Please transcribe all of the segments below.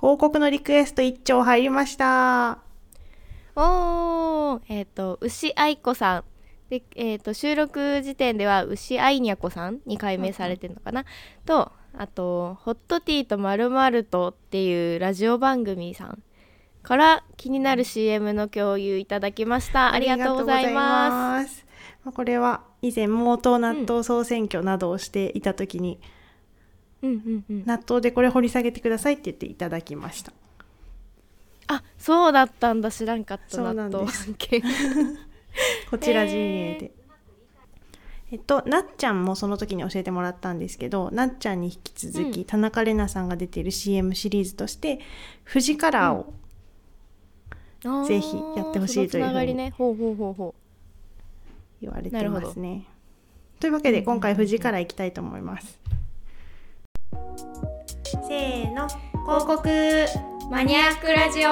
広告のリクエスト一丁入りました。おーえっ、と牛愛子さんで、えー、と収録時点では牛愛にゃこさんに改名されてるのかな、とあと「ホットティーとまるまると」っていうラジオ番組さんから気になる CM の共有いただきましたありがとうござありがとうございますいます。まあこれは以前毛頭納豆総選挙などをしていた時に、うんうんうん納豆でこれ掘り下げてくださいって言っていただきま した。あそうだったんだ知らんかったそうなんです納豆系こちら陣営で。えっと、なっちゃんもその時に教えてもらったんですけどなっちゃんに引き続き、うん田中玲奈さんが出ている CM シリーズとして「富士カラー」をあー ぜひやってほしいというふうにそのつながりねほうほうほうほ言われなてるまほどすね。というわけうでんうんうん今回富士カラー行きたいと思います。せーの広告広うマニアックラジオ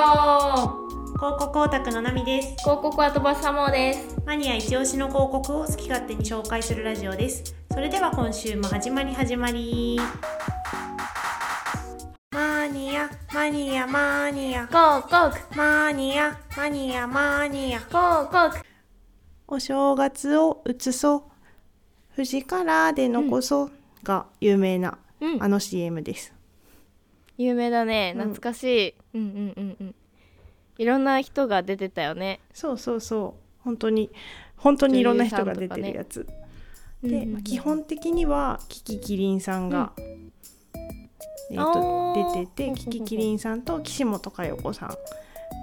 告オタクのナミです。広告は飛ばすサモーですマニア一押しの広告を好き勝手に紹介するラジオです。それでは今週も始まり始まり。マニア、マニア、マニア、広告マニア、マニア、マニア。広告お正月を移そう。富士カラーで残そう。が有名なうんあの CM です。有名だねうん懐かしい、うん、うんうんうんいろんな人が出てたよねそうそうそう。本当に、本当にいろんな人が出てるやつ。で、うんうんまうあん基本的にはキキキリンさんが、えーあとー出てほてんほんほんキキキリンさんと岸本佳代子さん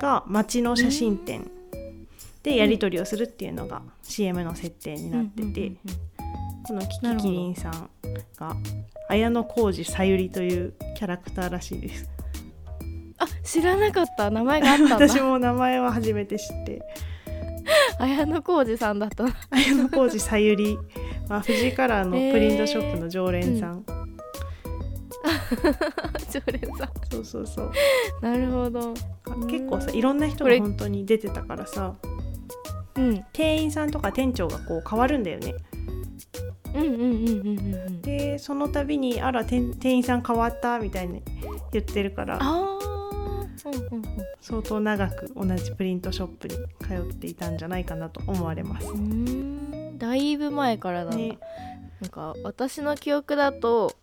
が町の写真展でやり取りをするっていうのが CM の設定になってて、うんこのキキキリンさんが綾小路さゆりというキャラクターらしいです。あ知らなかった名前があったん だ私も名前は初めて知って綾小路さんだったな 綾小路さゆりは富士カラーのプリントショップの常連さん、常連さんそうそうそうなるほどん結構さいろんな人こがれ本当に出てたからさうんうん店員さんとか店長がこう変わるんだよねうんうんうんうんうんでその度に「あら店店員さん変わった」みたいに言ってるからあーうんうん相当長く同じプリントショップに通っていたんじゃないかなと思われます。うんうーんだいぶ前からなんだ、ね、なんか私の記憶だと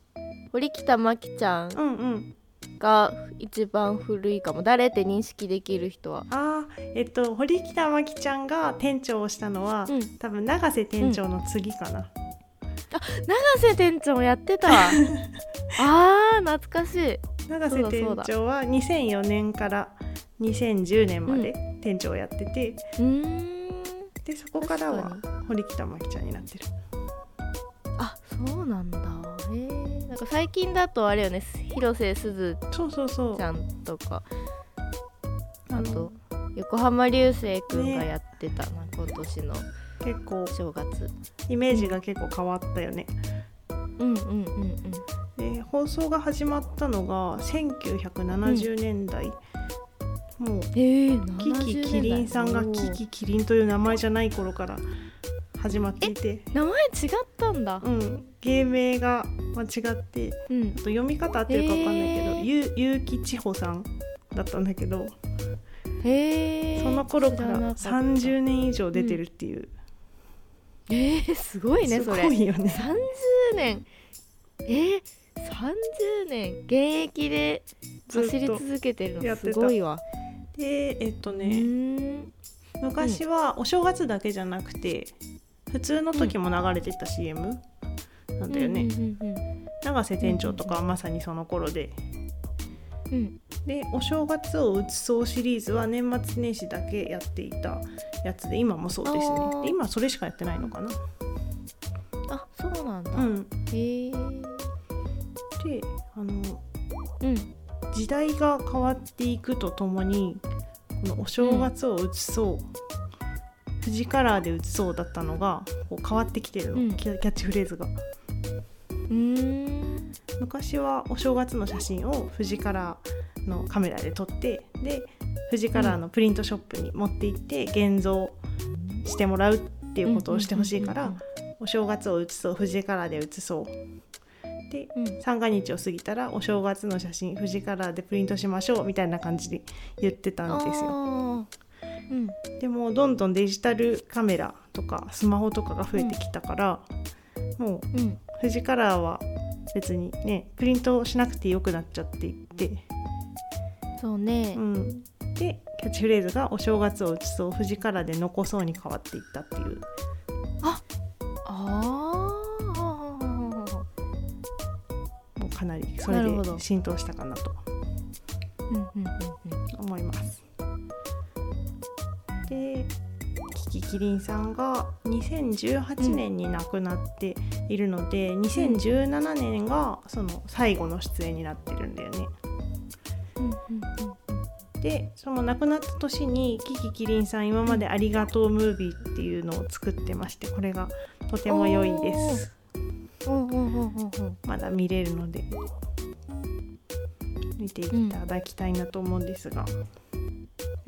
堀北真希ちゃんうんうんが一番古いかも誰って認識できる人はあーえっと堀北真希ちゃんが店長をしたのは、うん多分永瀬店長の次かな、永瀬店長やってた あー懐かしい永そ瀬うだそう店だ長は2004年から2010年まで店長をやってて、うーんでそこからは確か堀北真希ちゃんになってるあそうなんだへえなんか最近だとあれよね広瀬すずそうそうそうちゃんとかああのと横浜流星くんがやってたな、今年の結構正月イメージが結構変わったよねうんうんうんうんで放送が始まったのが1970年代、もうへえー、キキキリンさんがキキキリンという名前じゃない頃から始まっていて、名前違ったんだうん、芸名が間違ってうんあと読み方合ってるか分かんないけど、へーゆゆうきちほさんだったんだけどへえその頃から30年以上出てるっていう、えー、すごいねすそごれいよね30年えー、30年現役でずっと 走り続けてるやのってすたごいわでえっとうね、ーん昔はお正月だけじゃなくて普通の時も流れてた CM なんだよね、うんうん永瀬店長とかはまさにその頃でうんうんでお正月をうつそうシリーズは年末年始だけやっていたやつで今もそうですあねーで今それしかやってないのかなうんあそうなんだ、うんへえであのうん時代が変わっていくとともにこのお正月をうつそう、富士カラーでうつそうだったのがこう変わってきてるの、うんキャキャッチフレーズがうーん昔はお正月の写真を富士カラーのカメラで撮ってで富士カラーのプリントショップに持って行って現像してもらうっていうことをしてほしいかうらんお正月を写そう富士カラーで写そうでうん三が日を過ぎたらお正月の写真富士カラーでプリントしましょうみたいな感じで言ってたんですよ。あーうんでもどんどんデジタルカメラとかスマホとかが増えてきたから、もううん富士カラーは別にねプリントしなくてよくなっちゃっていって、そうね、うん、でキャッチフレーズが「お正月をうちそう富士カラーで残そう」に変わっていったっていうああもうかなりそれなでるほど浸透したかなとうんうんうん思います。でキキキリンさんが2018年に亡くなっているので、2017年がその最後の出演になってるんだよね。うんうんうんでその亡くなった年にキキキリンさん今まで「ありがとうムービー」っていうのを作ってましてこれがとても良いですうんうんうんうんうんまだ見れるので見ていただきたいなと思うんですが、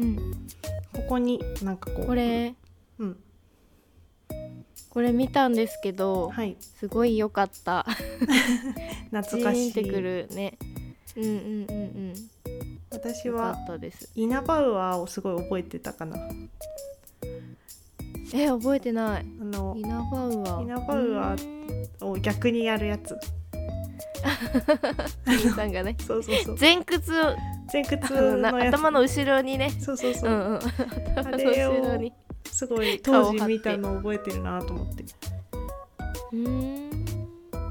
うんここになんかこうこれうんこれ見たんですけど、はいすごい良かった懐かしジーンってくいるねうんうんうんうん私良かはったですイナバウアーをすごい覚えてたかなえ覚えてないあのイナバウアーイナバウアーを逆にやるやつさんがねそうそう そう前屈を前屈あのなのやつ頭の後ろにねそうそうそうう、んうんあ頭のれを後ろにすごい顔を当時張って見たの覚えてるなと思ってうーんうんうんあ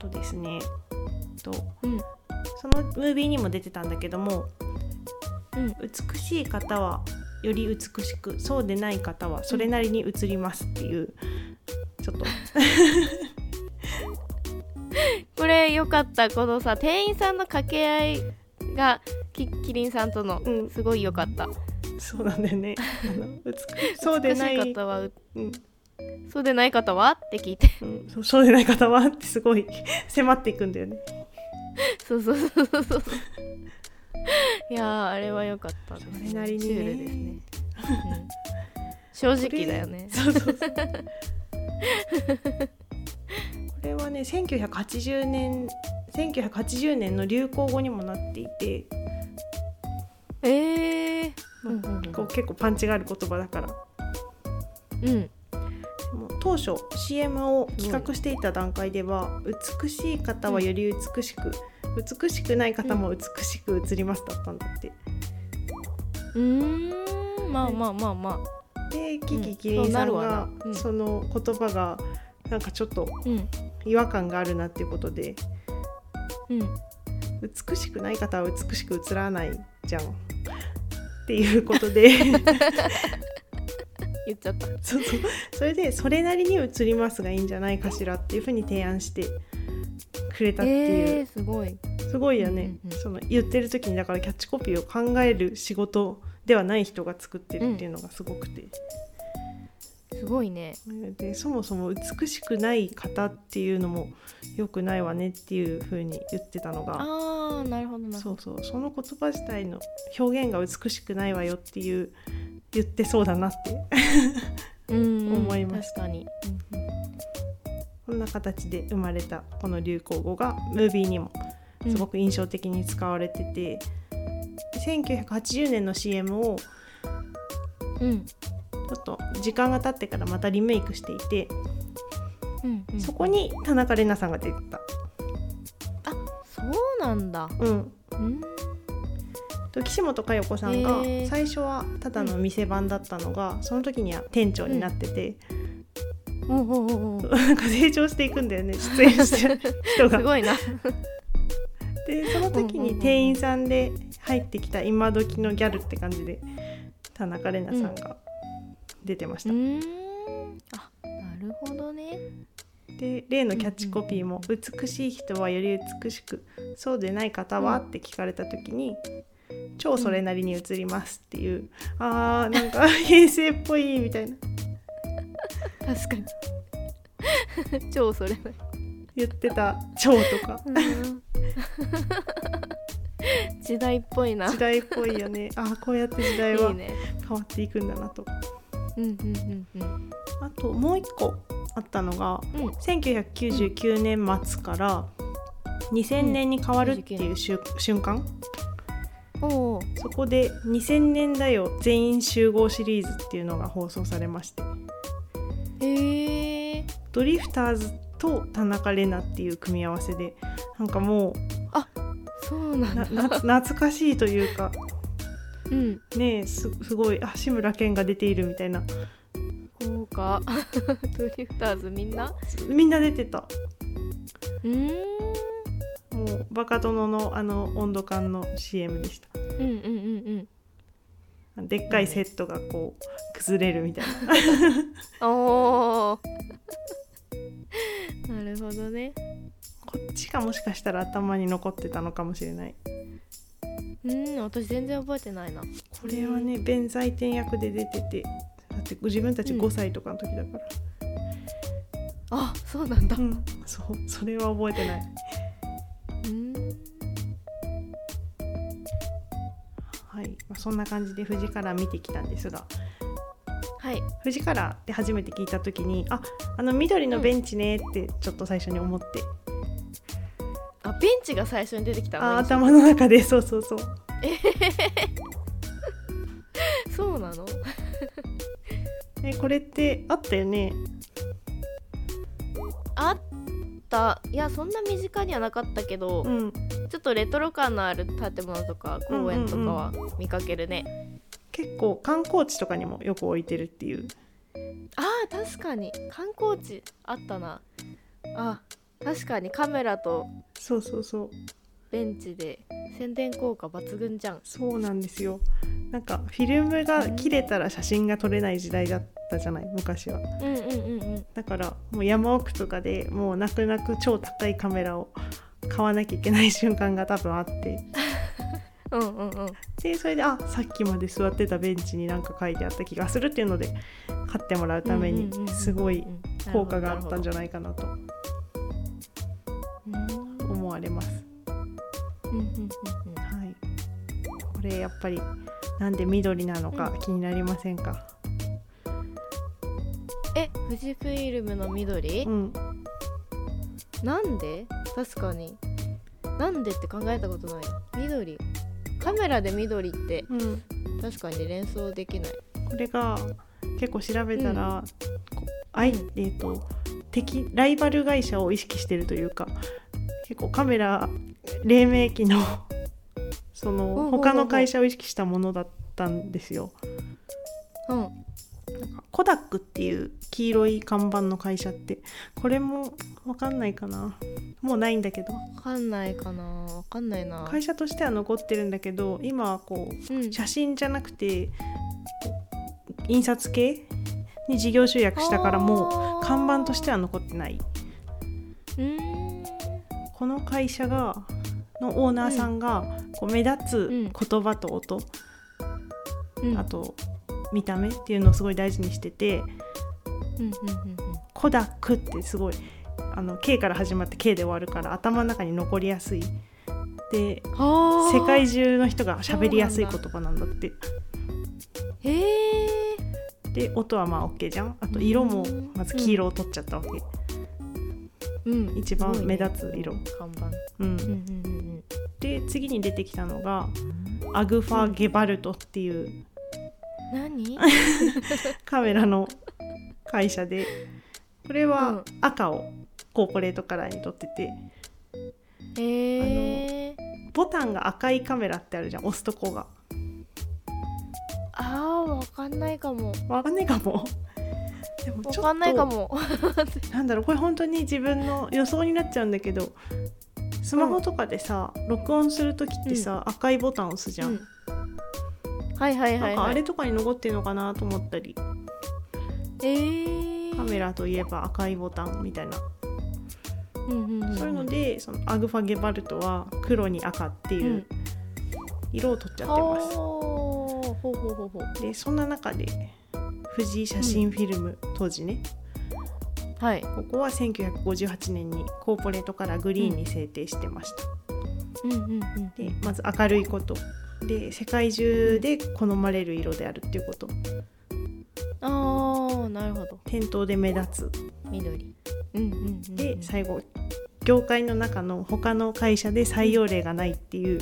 とですねえっとうんそのムービーにも出てたんだけどもうん「美しい方はより美しくそうでない方はそれなりに映ります」っていうちょっとこれよかったこのさ店員さんの掛け合いがきキリンさんとのうんすごいよかったそうなんだよねあの 美しそうでない美しい方はううんそうでない方はって聞いてうん、そうそうでない方はってすごい 迫っていくんだよねそうそうそうそう そういやーあれはよかったですそれなりにねシュールですね、うん正直だよねそうそうそうこれはね1980年1980年の流行語にもなっていてえー、まあうんうんうんこう結構パンチがある言葉だからうもんう当初 CM を企画していた段階では、美しい方はより美しく、美しくない方も美しく映りますだったんだって、うーんまあまあまあまあでキキキリンさんそうなるがわ、なうんその言葉がなんかちょっとうん違和感があるなっていうことでうん美しくない方は美しく映らないじゃんっていうことで 言っちゃったそうそうそれでそれなりに映りますがいいんじゃないかしらっていうふうに提案してくれたっていう。えー、すごいすごいよね、うんうんうんその言ってる時にだからキャッチコピーを考える仕事ではない人が作ってるっていうのがすごくて、すごいねでそもそも美しくない方っていうのも良くないわねっていう風に言ってたのがあーなるほどなるほそうそうその言葉自体の表現が美しくないわよっていう言ってそうだなって どうんうん思いました確かに、こんな形で生まれたこの流行語がムービーにもうんすごく印象的に使われてて、1980年の CM をうんちょっと時間が経ってからまたリメイクしていて、うんうん、そこに田中玲奈さんが出てた、そうなんだうん、うんと岸本佳代子さんがへー最初はただの店番だったのが、その時には店長になってて、おうおうおうお うなんか成長していくんだよね出演してる 人すが。ごいなでその時うんうんうんにうん店員さんで入ってきた今時のギャルって感じで田中玲奈さんが出てましうた。ーんあなるほどねで例のキャッチコピーも「美しい人はより美しくそうでない方は?」うって聞かれた時に「超それなりに映ります」っていうあーなんか平成っぽいみたいな確かに 超それない言ってた「超」とか時代っぽいな時代っぽいよねあーこうやって時代いいはね変わっていくんだなとうんうんうんうんあともう一個あったのがうん1999年末から2000年に変わるっていうしゅ瞬間おーそこで2000年だよ全員集合シリーズっていうのが放送されましてへえドリフターズと田中玲奈っていう組み合わせでなんかもそううなん だなな懐かしいというかうんねえすすごいあ志村けんが出ているみたいな豪華 ドリフターズみんなみんな出てたうーんもうバカ殿のあの温度感の CM でしたうんうんうんうんでっかいセットがこう崩れるみたいなおお なるほどねこっちがもしかしたら頭に残ってたのかもしれないうん私全然覚えてないなこれはね弁財天役で出ててだって自分たちうん5歳とかの時だから、あそうなんだうん、そうそれは覚えてないうんはい、まあ、そんな感じで富士カラー見てきたんですがはい富士カラーって初めて聞いた時にああの緑のベンチねってちょっと最初に思って、あベンチが最初に出てきたあの頭の中でそうそうそうそうなのえこれってあったよねあったいやそんな身近にはなかったけど、うんちょっとレトロ感のある建物とか公園とかは見かけるね、結構観光地とかにもよく置いてるっていうあー確かに観光地あったなあ確かにカメラとそうそうそうベンチで宣伝効果抜群じゃんそうなんですよなんかフィルムが切れたら写真が撮れない時代だったじゃない昔はうんうんうんうんだからもう山奥とかでもう泣く泣く超高いカメラを買わなきゃいけない瞬間が多分あってうんうんうんでそれであさっきまで座ってたベンチになんか書いてあった気がするっていうので買ってもらうためにうんうんうんうんすごいうん効果があったんじゃゃないかなとうんうん思われます。うんうんうんはい、これやっぱりなんで緑なのか気になりませんか、え富士フイルムの緑、うん、なんで確かになんでって考えたことない緑カメラで緑ってうん、確かに連想できないこれが結構調べたら、こあいうんえー、と敵ライバル会社を意識してるというか結構カメラ黎明期の そほうほのうほう他の会社を意識したものだったんですよ。うんコダックっていう黄色い看板の会社ってこれもわかんないかなもうないんだけどわかんないかなわかんないな会社としては残ってるんだけど今はこううん写真じゃなくて印刷系に事業集約したからもう看板としては残ってないてうんこの会社がのオーナーさんがこう目立つうん言葉と音、うんあと見た目っていうのをすごい大事にしててうんうんうんうん「コダック」ってすごいあの K から始まって K で終わるから頭の中に残りやすいではー世界中の人が喋りやすい言葉なんだってへえで音はまあ OK じゃんあと色もうんまず黄色を取っちゃったわけ、うん一番目立つ色すごいね看板うんうんうんうんうんで次に出てきたのがアグファ・ゲバルトっていう 何カメラの会社でこれうんは赤をコーポレートカラーに撮っててへえボタンが赤いカメラってあるじゃん押すとこがあーわかんないかもわかんないかもでもわちょっとかんないかもなんだろうこれ本当に自分の予想になっちゃうんだけどスマホとかでさ、録音する時ってさ、赤いボタン押すじゃん、うんはいはいは、ないんかはあい、れとかに残ってるのかなと思ったりえー、カメラといえば赤いボタンみたいなうんうんうん、そういうのでそのアグファゲバルトは黒に赤ってういんう色を取っちゃってます、ほーほうほうほうほうでそんな中で富士写真フィルム、当時ねはいここは1958年にコーポレートからグリーンに制定してました、うんうんうんでまず明るいことで世界中で好まれる色であるっていうことああなるほど店頭で目立つ緑うんうんうんうんで最後業界の中の他の会社で採用例がないっていう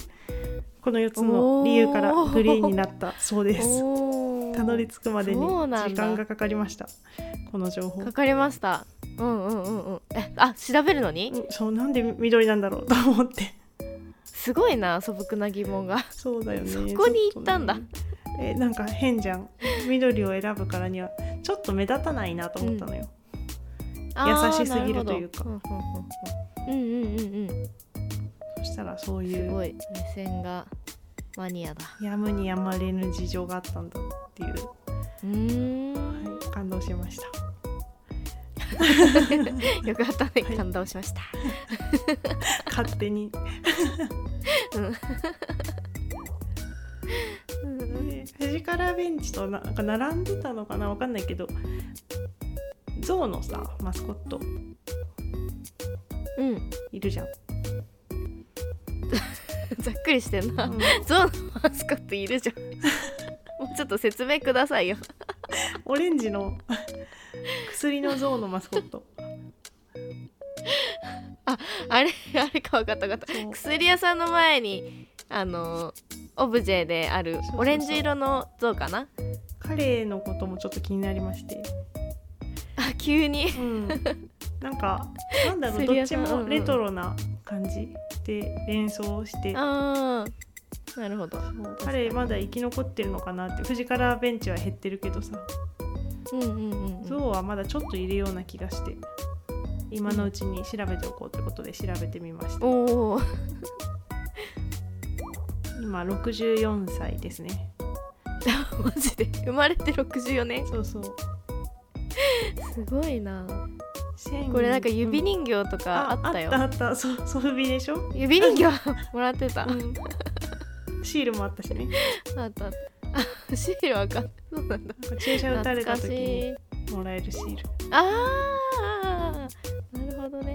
この4つの理由からおーグリーンになったそうですおーたどり着くまでにそうなんだ時間がかかりましたこの情報かかりましたうんうんうんうんえあ調べるのに、うんそうなんで緑なんだろうと思ってすごいな素朴な疑問がそうだよねそこに行ったんだちょとねえなんか変じゃん緑を選ぶからにはちょっと目立たないなと思ったのよ、あー 優しすぎるというかなるほどうんうんうんうんうんうんそしたらそういすごうい目線がマニアだやむにやまれぬ事情があったんだっていう、うーんはい、感動しました よかったねはい感動しました、勝手にで藤からベンチとななんか並んでたのかなわかんないけど象のさマスコットうんいるじ ゃん、ざっくりしてんな、うんゾウのマスコットいるじゃんもうちょっと説明くださいよオレンジの 薬の象のマスコットあれあれか分かった分かったそう薬屋さんの前にあのオブジェであるそうそうオレンジ色の像かな彼のこともちょっと気になりまして、あ急にうん、なんかなんだろう薬どっ屋ちさんもレトロな感じで連想してあーなるほどそう彼まだ生き残ってるのかなって藤からベンチは減ってるけどさうんうんうんうん象はまだちょっといるような気がして今のうちに調べておこうってことで調べてみましたおお今64歳ですね マジで生まれて64年そうそうすごいなこれなんか指に人形とかあったよ、あったあったそうソフビでしょ、指人形 もらってた、うんシールもあったしねあったあったシールわかんないそうなんだなんか注射打たれた懐か時しにいもらえるシールあーなるほどね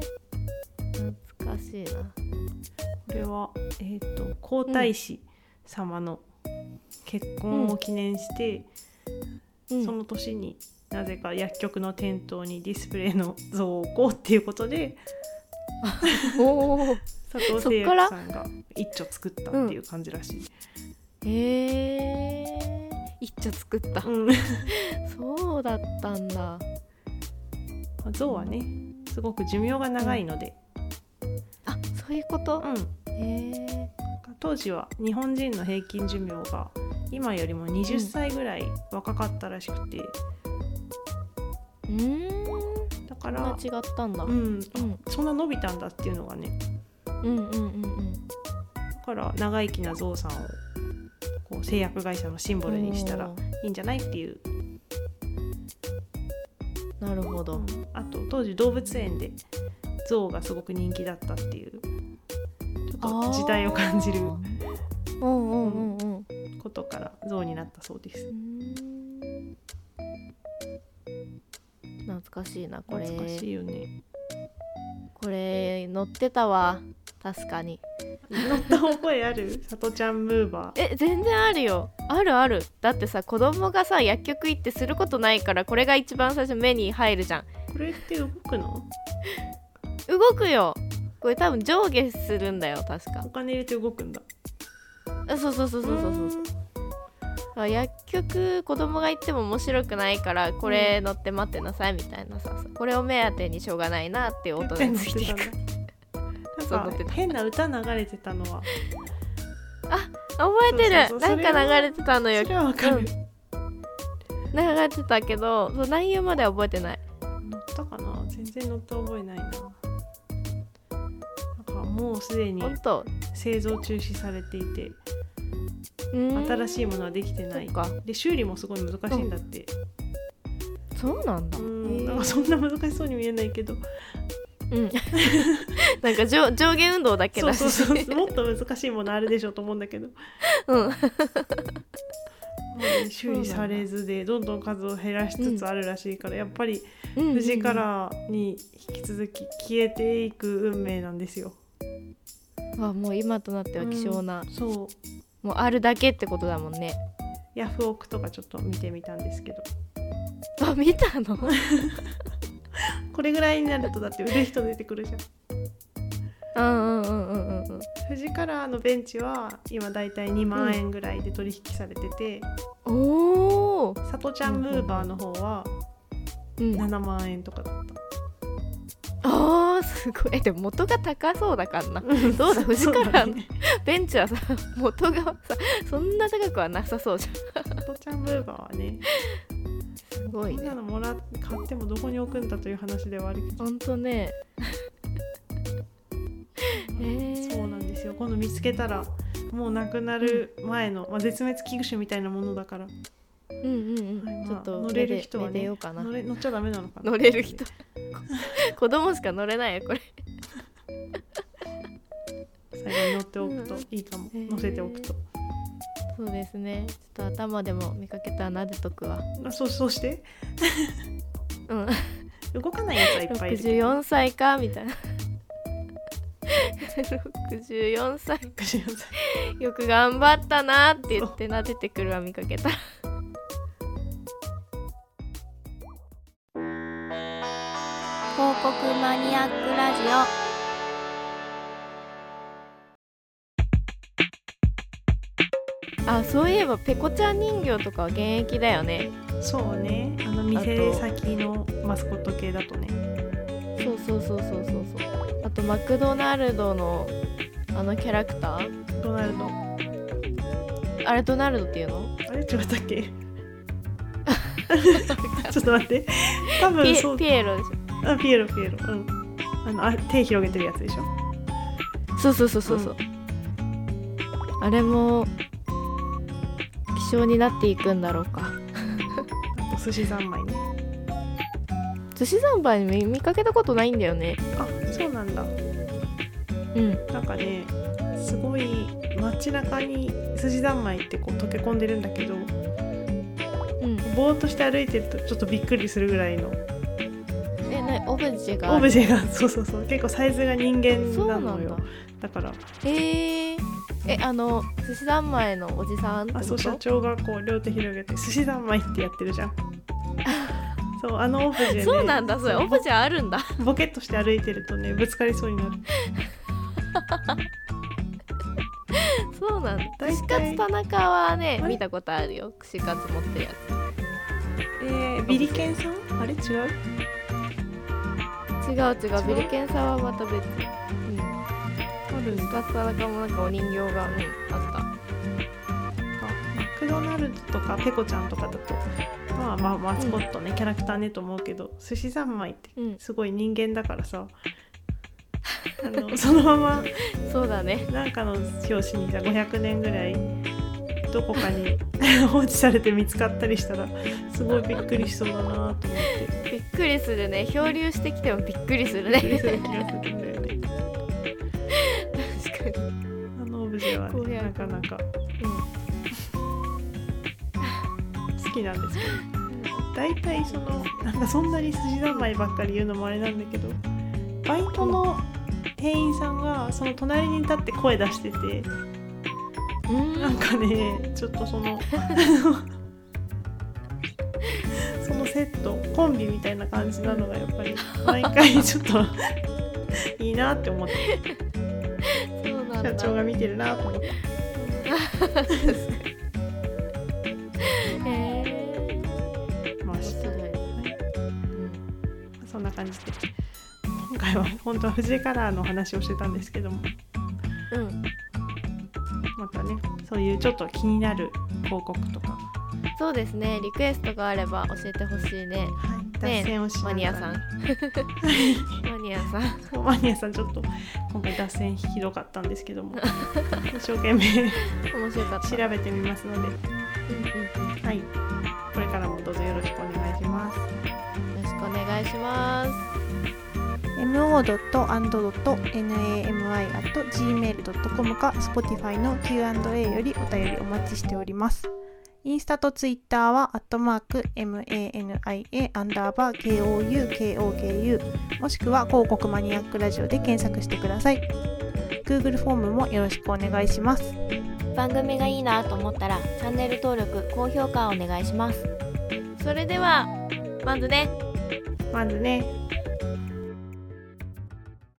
懐かしいなこれはえっ、と皇太子様の結婚を記念して、うんその年になぜか薬局の店頭にディスプレイの像を置こうっていうことでおお佐藤製薬さんが一丁作ったっていう感じらしい。へえ一丁作った、うん、そうだったんだ象はねすごく寿命が長いので、あそういうことうん、へえ当時は日本人の平均寿命が今よりも20歳ぐらい若かったらしくて、うーんだかそんらな違ったんだ、うん、んそんな伸びたんだっていうのがねうんうんうんうんだから長生きな象さんをこう製薬会社のシンボルにしたらおーいいんじゃないっていう、なるほどあと当時動物園で象がすごく人気だったっていうちょっと時代を感じるあーうんうんうんうんうことから象になったそうですー。ん懐かしいなこれ懐かしいよね。これ乗ってたわ確かに乗った覚えあ る？さとちゃんムーバー。え全然あるよあるあるだってさ子供がさ薬局行ってすることないからこれが一番最初目に入るじゃんこれって動くの？動くよこれ多分上下するんだよ確かお金入れて動くんだ。あそうそうそうそうそうそううあ薬局子供が行っても面白くないからこれ乗って待ってなさいみたいなさこれを目当てにしょうがないなっていうーん。音についていやっ てくんそうのなん乗ってかた変な歌流れてたのは。覚えてるそうそうそうそれをなんか流れてたのよそれはわかる。流れてたけどそう内容までは覚えてない乗ったかな？全然乗った覚えないな。なんかもうすでに本当製造中止されていて新しいものはできてないそっかで修理もすごい難しいんだって、そうなんだうん、なんへかえそんな難しそうに見えないけどうん なんか上上下運動だけそだうしそう そうもっと難しいものあるでしょうと思うんだけど、うんうん修理されずでどんどん数を減らしつつあるらしいから、やっぱりうん富士カラーに引き続き消えていく運命なんですよ。あもう今となっては希少な、そうもうあるだけってことだもんねヤフオク とかちょっと見てみたんですけどあ見たのこれぐらいになるとだって売る人出てくるじゃんうんうんうんうんうんうん富士カラーのベンチは今だいたい2万円ぐらいで取引されてて、おーさとちゃんムーバーの方はうん、あ7万円とかだっあーすごいえでも元が高そうだからなた、どうだ富士カラーのねベンチはさ元がさそんな高くはなさそうじゃんさとちゃんムーバーはねすごこいんねなのもらって買ってもどこに置くんだという話ではあるけどほん とねえーそうなんですよ今度見つけたらもうなくなる前の、まあ、絶滅危惧種みたいなものだから、うんうんはういんまあちょっと乗れる人はめでめでねようかな乗れ乗っちゃダメなのかな乗れる人こ 子供しか乗れないよこれ最後に乗っておくとうんいいかも、へー乗せておくとそうですねちょっと頭でも見かけたらなでとくわあそうそう してうん動かないやつはいっぱいいるけど64歳かみ たいな64歳64歳よく頑張ったなって言って撫でてくるわ見かけ たら広告マニアックラジオあそういえばペコちゃん人形とかは現役だよねそうねあの店先のマスコット系だとねそうそうそうそうそうそうあとマクドナルドのあのキャラクタードナルドあれドナルドっていう のあれ違ったっ けちょっと待って多分ピそうエピエロでしあピエロピエロうんあのあ手広げてるやつでしょょそうそうそうそうそう、あれも希少になっていくんだろうかお寿司三昧ね寿司三昧見見かけたことないんだよねあそうなんだうんなんかねすごい街中に筋三昧ってこう溶け込んでるんだけどうんぼーっとして歩いてるとちょっとびっくりするぐらいのえなオブジェがオブジェがそうそうそう結構サイズが人間そうななんだのよだからえー、えあの寿司三昧のおじさんってあそうこ社と長がこう両手広げて寿司三昧ってやってるじゃ んそうあのオブジェねそうなんだそれオブェジェあるんだボケっとして歩いてるとねぶつかりそうになる そうなんだ大体串カツ田中はねあれ見たことあるよ串カツ持ってるやえー、ビリケンさんあれ違うつ違う違う違うビリケンさんはまた別うんあるんだ串カツ田中もなんかお人形が、うん、あったかマクドナルドとかペコちゃんとかだとまあまあマスコットね、キャラクターねと思うけど寿司三昧ってうん、すごい人間だからさあのそのままそうだね。なんかの表紙にじゃあ500年ぐらいどこかに 放置されて見つかったりしたらすごいびっくりしそうだなと思ってびっくりするね。漂流してきてもびっくりするびっくりね。する気がするんだよね。確かに。あのオブジェは、ね、 500なかなか好きなんですけど大体そのなんかそんなに筋名前ばっかり言うのもあれなんだけどバイトの店員さんがその隣に立って声出しててうん。うなんん。かねちょっとその そのセットコンビみたいな感じなのがやっぱり毎回ちょっといいなって思ってそうなんだ。社長が見てるなと思ってへえ。ま面し白たい。うんそんな感じで今回は本当は藤井カラーの話をしてたんですけどもうん。またねそういうちょっと気になる広告とか、そうですね。リクエストがあれば教えてほしいね。脱線をしマなニがアさらんね、。マニアさん。 そうマニアさんちょっと今回脱線ひどかったんですけど も一生懸命面白かった。調うんべてみますので、うんうん。よはい、これからもどうぞよろしくお願いします。ろしくお願いします。 mo.and.nami.gmail.com か Spotify の Q&A よりお便りお待ちしております。インスタとツイッターは、アットマーク、mania アンダーバー koukoku もしくは広告マニアックラジオで検索してください。Google フォームもよろしくお願いします。番組がいいなと思ったらチャンネル登録高評価お願いしますそれではまずねまずね、